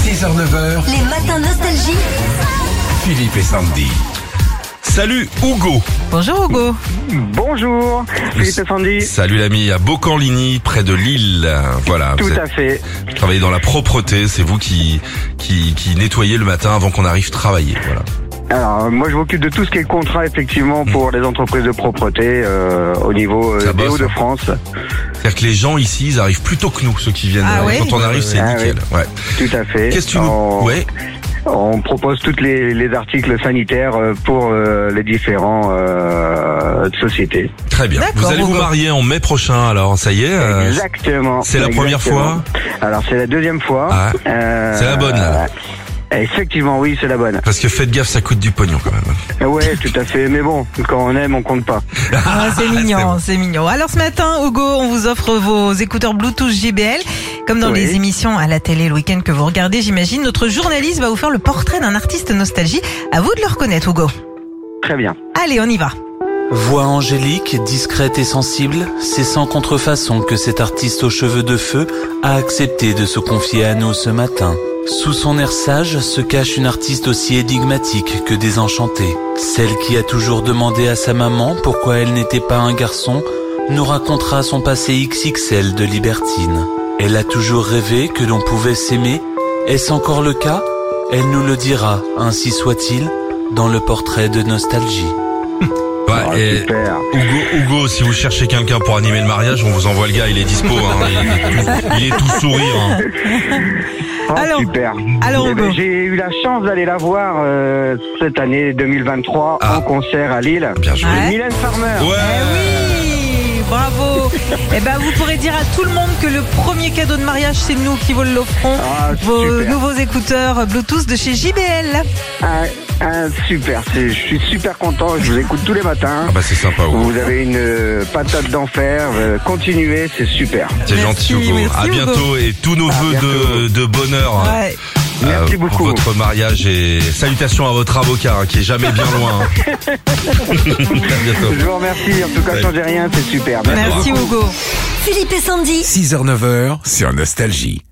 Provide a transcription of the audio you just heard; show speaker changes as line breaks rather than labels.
6h-9h,
Les matins nostalgiques.
Philippe et Sandy.
Salut Hugo
Bonjour Hugo.
Bonjour, Philippe et Sandy.
Salut l'ami à Bocanligny, près de Lille. Voilà,
Tout
vous
à fait.
êtes- travaillez dans la propreté, c'est vous qui, qui, qui nettoyez le matin avant qu'on arrive travailler. Voilà.
Alors, euh, moi, je m'occupe de tout ce qui est contrat, effectivement, pour les entreprises de propreté euh, au niveau
Hmm. Ça
euh, des
bosse,
Hauts-de-France.
C'est-à-dire que les gens ici, ils arrivent plus tôt que nous, ceux qui viennent.
Ah
euh,
ouais
Quand on arrive, c'est
Ah Oh.
nickel. Ouais.
Tout à fait.
Qu'est-ce que tu nous...
on,
Ouais.
on propose tous les, les articles sanitaires euh, pour euh, les différents euh, sociétés.
Très bien.
D'accord,
Vous allez vous
Hugo.
marier en mai prochain, alors ça y est. euh,
exactement.
c'est la première
Exactement. Alors, c'est la deuxième fois.
Ah.
Euh,
C'est la bonne, là.
Effectivement, oui, c'est la bonne.
parce que faites gaffe, ça coûte du pognon quand même.
Ouais, tout à fait. Mais bon, quand on aime, on compte pas.
Ah, c'est mignon, c'est mignon. Alors ce matin, Hugo, on vous offre vos écouteurs Bluetooth JBL. Comme dans
Oui.
les émissions à la télé le week-end que vous regardez, j'imagine, notre journaliste va vous faire le portrait d'un artiste nostalgie. À vous de le reconnaître, Hugo.
Très bien.
Allez, on y va.
Voix angélique, discrète et sensible, c'est sans contrefaçon que cet artiste aux cheveux de feu a accepté de se confier à nous ce matin. Sous son air sage se cache une artiste aussi énigmatique que désenchantée. Celle qui a toujours demandé à sa maman pourquoi elle n'était pas un garçon nous racontera son passé XXL de libertine. Elle a toujours rêvé que l'on pouvait s'aimer. Est-ce encore le cas Elle nous le dira, ainsi soit-il, dans le portrait de nostalgie.
Ouais,
Ah,
et-
super.
Hugo, Hugo, si vous cherchez quelqu'un pour animer le mariage, on vous envoie le gars, il est dispo, hein, il, est tout- il est tout sourire. hein.
Oh,
Alors-
super.
alors,
Eh ben,
Hugo.
j'ai eu la chance d'aller la voir euh, cette année 2023
Ah.
en concert à Lille.
Bien joué.
Ouais.
Mylène Farmer.
Ouais.
Eh oui, bravo. eh ben, vous pourrez dire à tout le monde que le premier cadeau de mariage, c'est nous qui vous l'offrons.
Ah,
Vos
super.
nouveaux écouteurs Bluetooth de chez JBL.
Ah, ah, super. C'est- Je suis super content. Je vous écoute tous les matins.
Ah bah c'est sympa Hugo.
Vous avez une euh, patate d'enfer. Euh, continuez, c'est super.
C'est
Merci,
gentil Hugo.
merci,
à
Hugo.
bientôt et tous nos
À
voeux de, de bonheur. hein,
Ouais.
Merci
Pour
beaucoup.
votre mariage et salutations à votre avocat hein, qui est jamais bien loin. hein. à bientôt.
Je vous remercie. En tout cas,
Ouais.
changez rien. C'est super.
Merci, Hugo.
Philippe et Sandy.
6h-9h sur Nostalgie.